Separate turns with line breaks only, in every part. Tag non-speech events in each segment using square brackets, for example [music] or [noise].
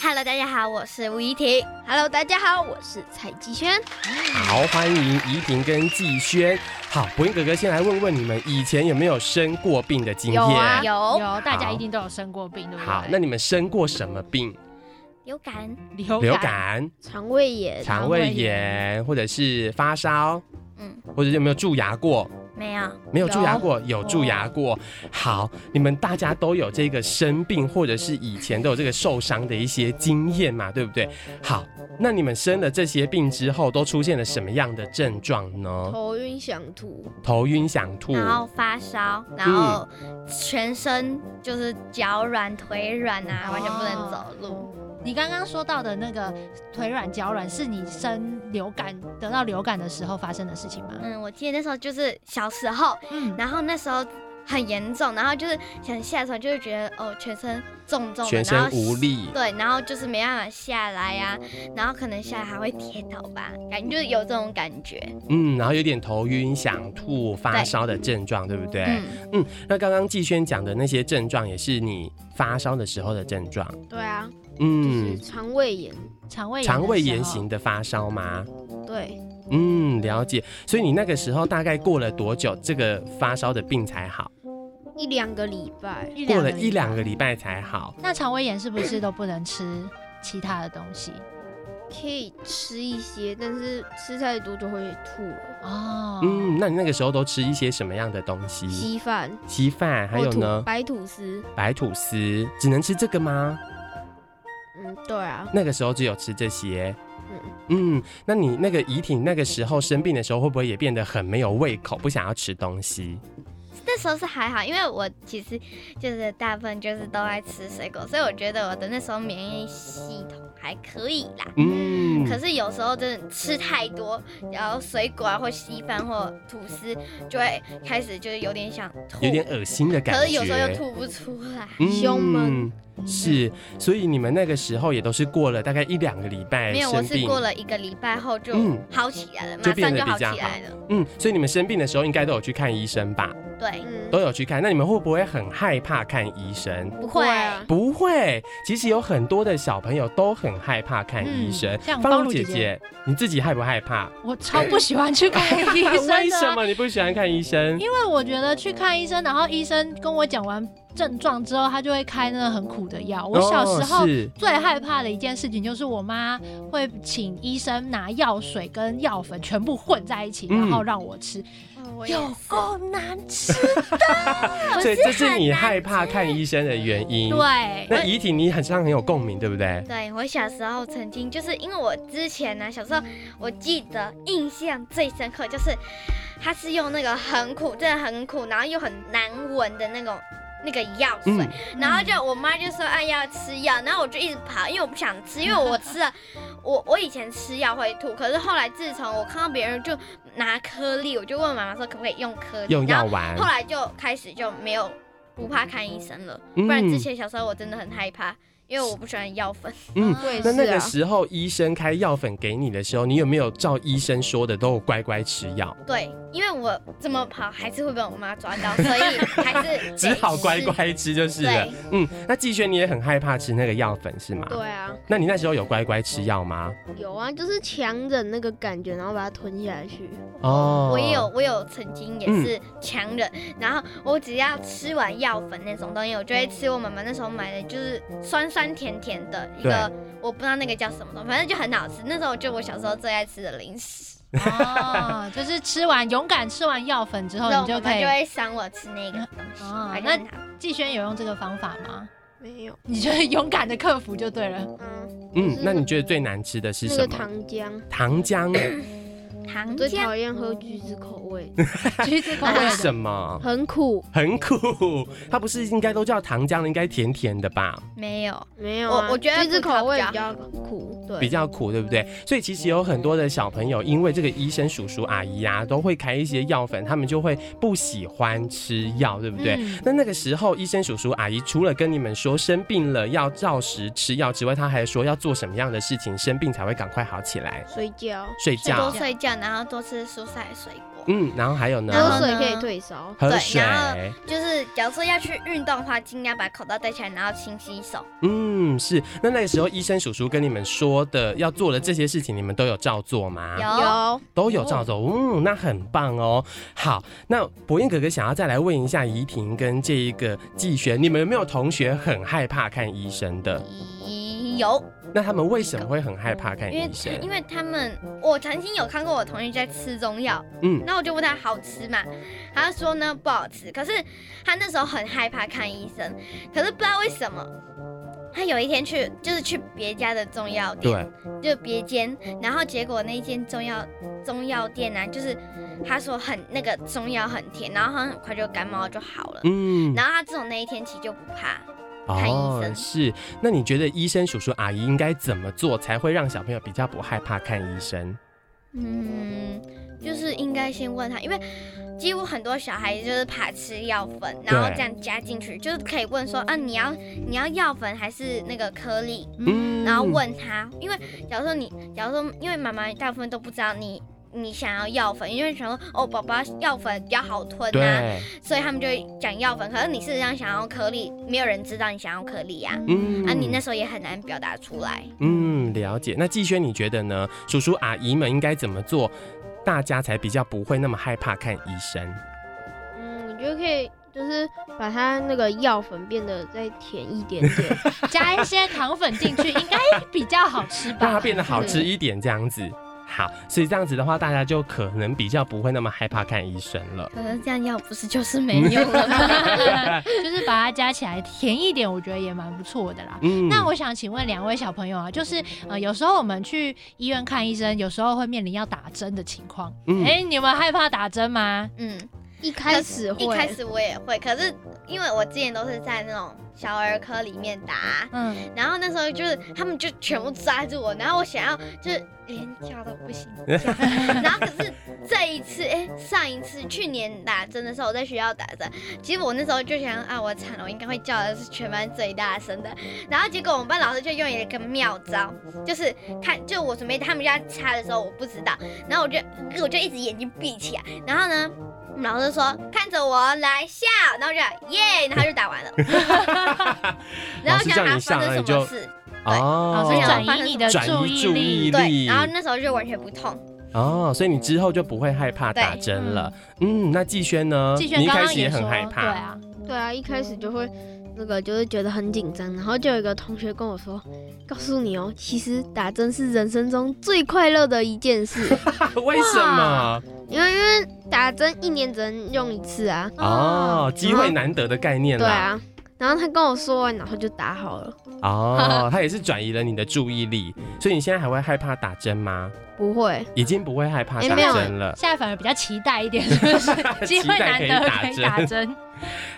Hello，大家好，我是吴怡婷。Hello，大家好，我是蔡继轩。
好，欢迎怡婷跟季轩。好，博音哥哥先来问问你们，以前有没有生过病的经验？
有啊
有
有，大家一定都有生过病，对不对？
哦好，那你们生过什么病？
流感、呃
流
流
感
感、
肠胃炎
肠
肠
胃
胃炎
炎，或者是发烧，
嗯，
或者有没有蛀牙过？
没有，
没有蛀牙
有
过，有蛀牙过。好，你们大家都有这个生病，或者是以前都有这个受伤的一些经验嘛，对不对？好，那你们生了这些病之后，都出现了什么样的症状呢？
头晕想吐，
头晕、想吐，
然后发烧，然后全身就是脚软、腿软啊，
哦
完全不能走路。
你刚刚说到的那个腿软脚软，是你生流感得到流感的时候发生的事情吗？
嗯，我记得那时候就是小时候，
嗯，
然后那时候很严重，然后就是想下床，就会觉得哦，全身重重的，
全
然
身
后
无力。
对，然后就是没办法下来呀、然后可能下来还会跌倒吧，感觉就是有这种感觉。
嗯，然后有点头晕、想吐、发烧的症状，对不对？
嗯，
嗯，那刚刚季轩讲的那些症状，也是你发烧的时候的症状。
对啊，就是
嗯，
肠胃炎，
肠胃
肠胃炎
炎的时候
型的发烧吗？
对，
嗯，了解。所以你那个时候大概过了多久，这个发烧的病才好？
一两个礼拜，
一
过
两
了
个
一两个礼拜才好。
那肠胃炎是不是都不能吃其他的东西？
可以吃一些，但是吃太多就会吐了。
哦，
嗯，那你那个时候都吃一些什么样的东西？
稀饭，
稀饭，还有
或吐
呢，
白吐司，
白吐司，只能吃这个吗？
嗯，对啊，
那个时候只有吃这些。
嗯，
嗯，那你那个遗体那个时候生病的时候，会不会也变得很没有胃口，不想要吃东西？
那时候是还好，因为我其实就是大部分就是都爱吃水果，所以我觉得我的那时候免疫系统还可以啦。
嗯，
可是有时候真的吃太多，然后水果啊或稀饭或吐司，就会开始就是有点想吐，
有点恶心的感觉。
可是有时候又吐不出来。
胸
嗯
闷
是，所以你们那个时候也都是过了大概一两个礼拜
没有，我
哎生
是
病，
过了一个礼拜后就
嗯
好起来了，
就
马
变
上
得
就
比
好起
较好
来了。
嗯，所以你们生病的时候应该都有去看医生吧？
对，
都
嗯，
有去看，那你们会不会很害怕看医生？
不
会
会，
啊
不会，其实有很多的小朋友都很害怕看医生。
嗯像
芳
芳如姐
姐，你自己害不害怕？
我超不喜欢去看医生的啊、
[laughs] 为什么你不喜欢看医生？
因为我觉得去看医生，然后医生跟我讲完症状之后，他就会开那个很苦的药。我小时候
哦是
最害怕的一件事情就是我妈会请医生拿药水跟药粉全部混在一起，
嗯
然后让我吃，
我也
有够难吃。
[laughs] 所以这是你害怕看医生的原因。
对，
那怡婷，你很像很有共鸣，对不对？
对我小时候曾经就是因为我之前呢、小时候我记得印象最深刻就是，它是用那个很苦，真的很苦，然后又很难闻的那种那个药水，
嗯
然后就我妈就说哎要吃药，然后我就一直跑，因为我不想吃，因为我吃了，我我以前吃药会吐，可是后来自从我看到别人就拿颗粒，我就问妈妈说可不可以用颗粒，
用
然
药
后
丸
后。来就开始就没有不怕看医生了，
嗯
不然之前小时候我真的很害怕，因为我不喜欢药粉。
嗯
我也
那那
是
个
啊
时候医生开药粉给你的时候，你有没有照医生说的都有乖乖吃药？
对，因为我这么跑还是会被我妈抓到，所以还是
只好
得
乖
吃。
乖吃就是了
对。
嗯，那季轩你也很害怕吃那个药粉是吗？
对啊，
那你那时候有乖乖吃药吗？
有啊，就是强忍那个感觉，然后把它吞下去。
哦
我也有，我有曾经也是强忍，然后我只要吃完药粉那种东西，我就会吃我妈妈那时候买的，就是酸酸甜甜的一个，我不知道那个叫什么东西，反正就很好吃。那时候就我小时候最爱吃的零食，
哦，就是吃完勇敢吃完药粉之后，
哦
然
你
后我
就
妈
可
妈
以
就。会赏我吃那个东西，
哦
我就
那
很好
季轩有用这个方法吗？
没有，
你就是勇敢的克服就对了。
嗯，
嗯，那你觉得最难吃的是
那
什
个
么？
糖浆，
糖浆。
糖
最
浆
讨厌喝橘子口
[laughs]
味，
橘子口味
为
的
什么？
很苦。
很苦，它不是应该都叫糖浆了，应该甜甜的吧？
没有，
没有啊、
我我觉得
橘子
葡萄
口味
比
比较苦，对，
比较苦，对不对？所以其实有很多的小朋友，因为这个医生叔叔阿姨呀、都会开一些药粉，他们就会不喜欢吃药，对不对？
嗯
那那个时候，医生叔叔阿姨除了跟你们说生病了要照实吃药之外，他还说要做什么样的事情，生病才会赶快好起来，
睡觉，
睡
多
觉，
睡觉，然后多吃蔬菜水果。
嗯，然后还有
然
喝
后
呢，
水可以
呢
退烧。
喝
对
水，
然后就是假如说要去运动的话，尽量把口罩戴起来，然后勤洗手。
嗯，是。那那个时候，医生叔叔跟你们说的要做的这些事情，你们都有照做吗？
有
有，
都有
哦
照走，嗯，那很棒哦。好，那博彦哥哥想要再来问一下怡婷跟这一个季璇，你们有没有同学很害怕看医生的？
咦有，
那他们为什么会很害怕看
因为
医生？
因为他们，我曾经有看过我同学在吃中药，
嗯，
那我就问他好吃嘛，他说呢不好吃。可是他那时候很害怕看医生，可是不知道为什么，他有一天去就是去别家的中药店，
对，
就别间，然后结果那一间中药中药店呢、就是他说很那个中药很甜，然后他很快就感冒就好了。
嗯，哦
然后他自从那一天起就不怕，看医生
是。那你觉得医生叔叔阿姨应该怎么做才会让小朋友比较不害怕看医生？
嗯，就是应该先问他，因为几乎很多小孩就是怕吃药粉，然后
对
这样加进去，就是可以问说，啊，你要你要药粉还是那个颗粒？
嗯，
然后问他，因为假如说你，假如说，因为妈妈大部分都不知道你你想要药粉，因为想说哦，宝宝药粉比较好吞啊，
对，
所以他们就会讲药粉。可是你事实上想要颗粒，没有人知道你想要颗粒呀、啊，
嗯
你那时候也很难表达出来。
嗯，了解。那季轩，你觉得呢？叔叔阿姨们应该怎么做，大家才比较不会那么害怕看医生？
嗯，我觉得可以，就是把它那个药粉变得再甜一点
[laughs]
点。
加一些糖粉进去，应该比较好吃
让它
吧？
变得好
嗯
吃一点，这样子。好，所以这样子的话，大家就可能比较不会那么害怕看医生了。
可是这样药不是就是没用了吗？
[laughs] 就是把它加起来甜一点，我觉得也蛮不错的啦。
嗯
那我想请问两位小朋友啊，就是呃，有时候我们去医院看医生，有时候会面临要打针的情况。
嗯
哎、你们害怕打针吗？
嗯。
一开始会，
一开始我也会，可是因为我之前都是在那种小儿科里面打，
嗯，
然后那时候就是他们就全部抓住我，然后我想要就是
嗯
连叫都不行，叫
[laughs]
然后可是这一次，哎、上一次去年打针的时候，我在学校打针，其实我那时候就想啊，我惨了，我应该会叫的是全班最大声的，然后结果我们班老师就用一个妙招，就是看就我准备他们家插的时候我不知道，然后我就我就一直眼睛闭起来，然后呢。我们老师说看着我来笑，然后我就耶，然后就打完
[laughs]
了。然后
老师
想
叫
他发
你笑
生
那
什
你就
么事，
老
哦
师
想
转
转
移
移
你
你
的
的
注
注
意
意力。
力
对，然后那时候就完全不痛。
哦，所以你之后就不会害怕打针了。嗯，那季轩呢？
季
你
轩
一
刚
开
刚
始也
也
很
说
害
对
怕。
啊，
对啊，一开始
嗯
就会那个就是觉得很紧张，然后就有一个同学跟我说，告诉你哦，其实打针是人生中最快乐的一
[laughs]
件事，
[laughs] 为什么？
因为因为打针一年只能用一次啊，
嗯
哦，机会难得的概念
对
啦。
啊。然后他跟我说完，然后就打好了，
啊
哦，他也是转移了你的注意力，所以你现在还会害怕打针吗？
不会，
已经不会害怕
哎
打
没有
针了。
现在反而比较期待一点，是不
[laughs]
是？机会难得可以打针。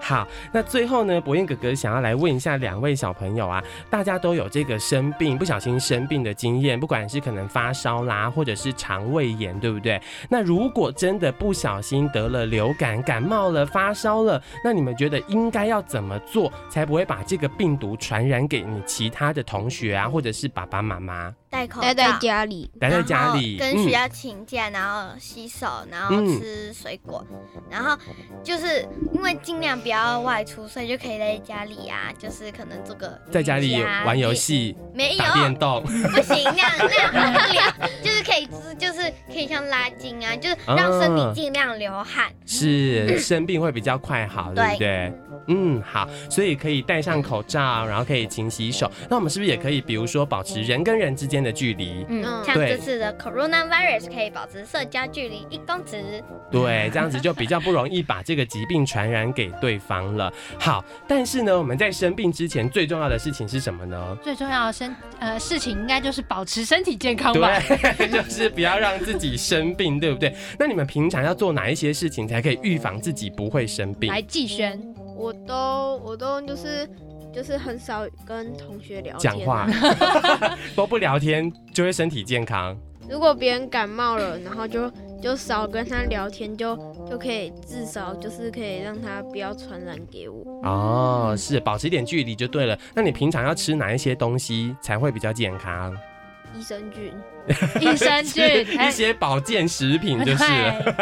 好，那最后呢，博彦哥哥想要来问一下两位小朋友啊，大家都有这个生病、不小心生病的经验，不管是可能发烧啦，或者是肠胃炎，对不对？那如果真的不小心得了流感、感冒了、发烧了，那你们觉得应该要怎么做，才不会把这个病毒传染给你其他的同学啊，或者是爸爸妈妈？
戴口罩，
待在家里，
待在家里，嗯
然后跟嗯学校请假，然后洗手，然后吃水果，然后就是因为尽量不要外出，所以就可以在家里啊，就是可能做个
在家
瑜
里
伽
玩游，戏、
没有
打电动，
不行，那样那样很无聊，就是可以就是就是可以像拉筋啊，就是让身体尽量流汗，
是生病会比较快好，对不对？嗯，好，所以可以戴上口罩，然后可以勤洗手。那我们是不是也可以，比如说保持人跟人之间的距离？
嗯，
嗯
像
对
这次的 coronavirus 可以保持社交距离一公尺，
对，这样子就比较不容易把这个疾病传染给对方了。好，但是呢，我们在生病之前最重要的事情是什么呢？
最重要的身呃事情应该就是保持身体健康吧。
对， [laughs] 就是不要让自己生病，对不对？那你们平常要做哪一些事情才可以预防自己不会生病？
来，季轩，
我都我都就是就是很少跟同学聊
讲
天啊
话 [laughs] 都不聊天，就会身体健康。
如果别人感冒了，然后就就少跟他聊天，就就可以至少就是可以让他不要传染给我。
哦，
嗯
是保持一点距离就对了。那你平常要吃哪一些东西才会比较健康？
益生菌，
益
[laughs]
生菌，哎
一些保健食品就是了。 [laughs]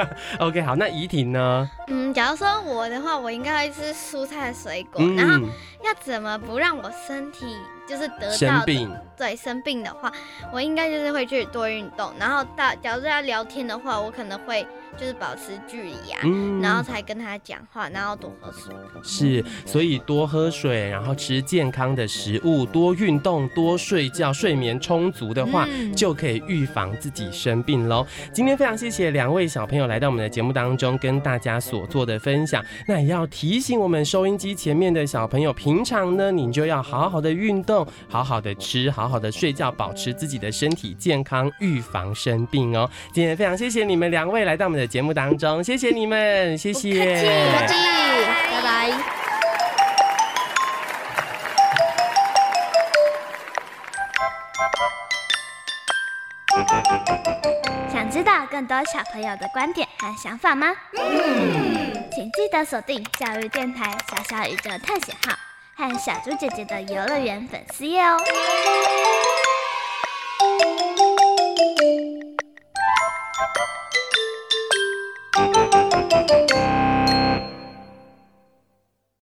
对
OK，好，那怡婷呢？
嗯，假如说我的话，我应该会吃蔬菜水果，
嗯
然后要怎么不让我身体就是得
生
到
病
对生病的话，我应该就是会去多运动，然后大假如说要聊天的话，我可能会就是保持距离啊，
嗯
然后才跟他讲话，然后多喝水。
是，所以多喝水，然后吃健康的食物，多运动，多睡觉，睡眠充足的话，
嗯
就可以预防自己生病喽。今天非常谢谢两位小朋友来到我们的节目当中，跟大家所做的分享。那也要提醒我们收音机前面的小朋友，平常呢，你就要好好的运动，好好的吃，好好的睡觉，保持自己的身体健康，预防生病哦。今天非常谢谢你们两位来到我们的节目当中，谢谢你们，谢谢。
不客气，拜拜。
想知道更多小朋友的观点和想法吗？请记得锁定教育电台《小小宇宙探险号》和小猪姐姐的游乐园粉丝页哦。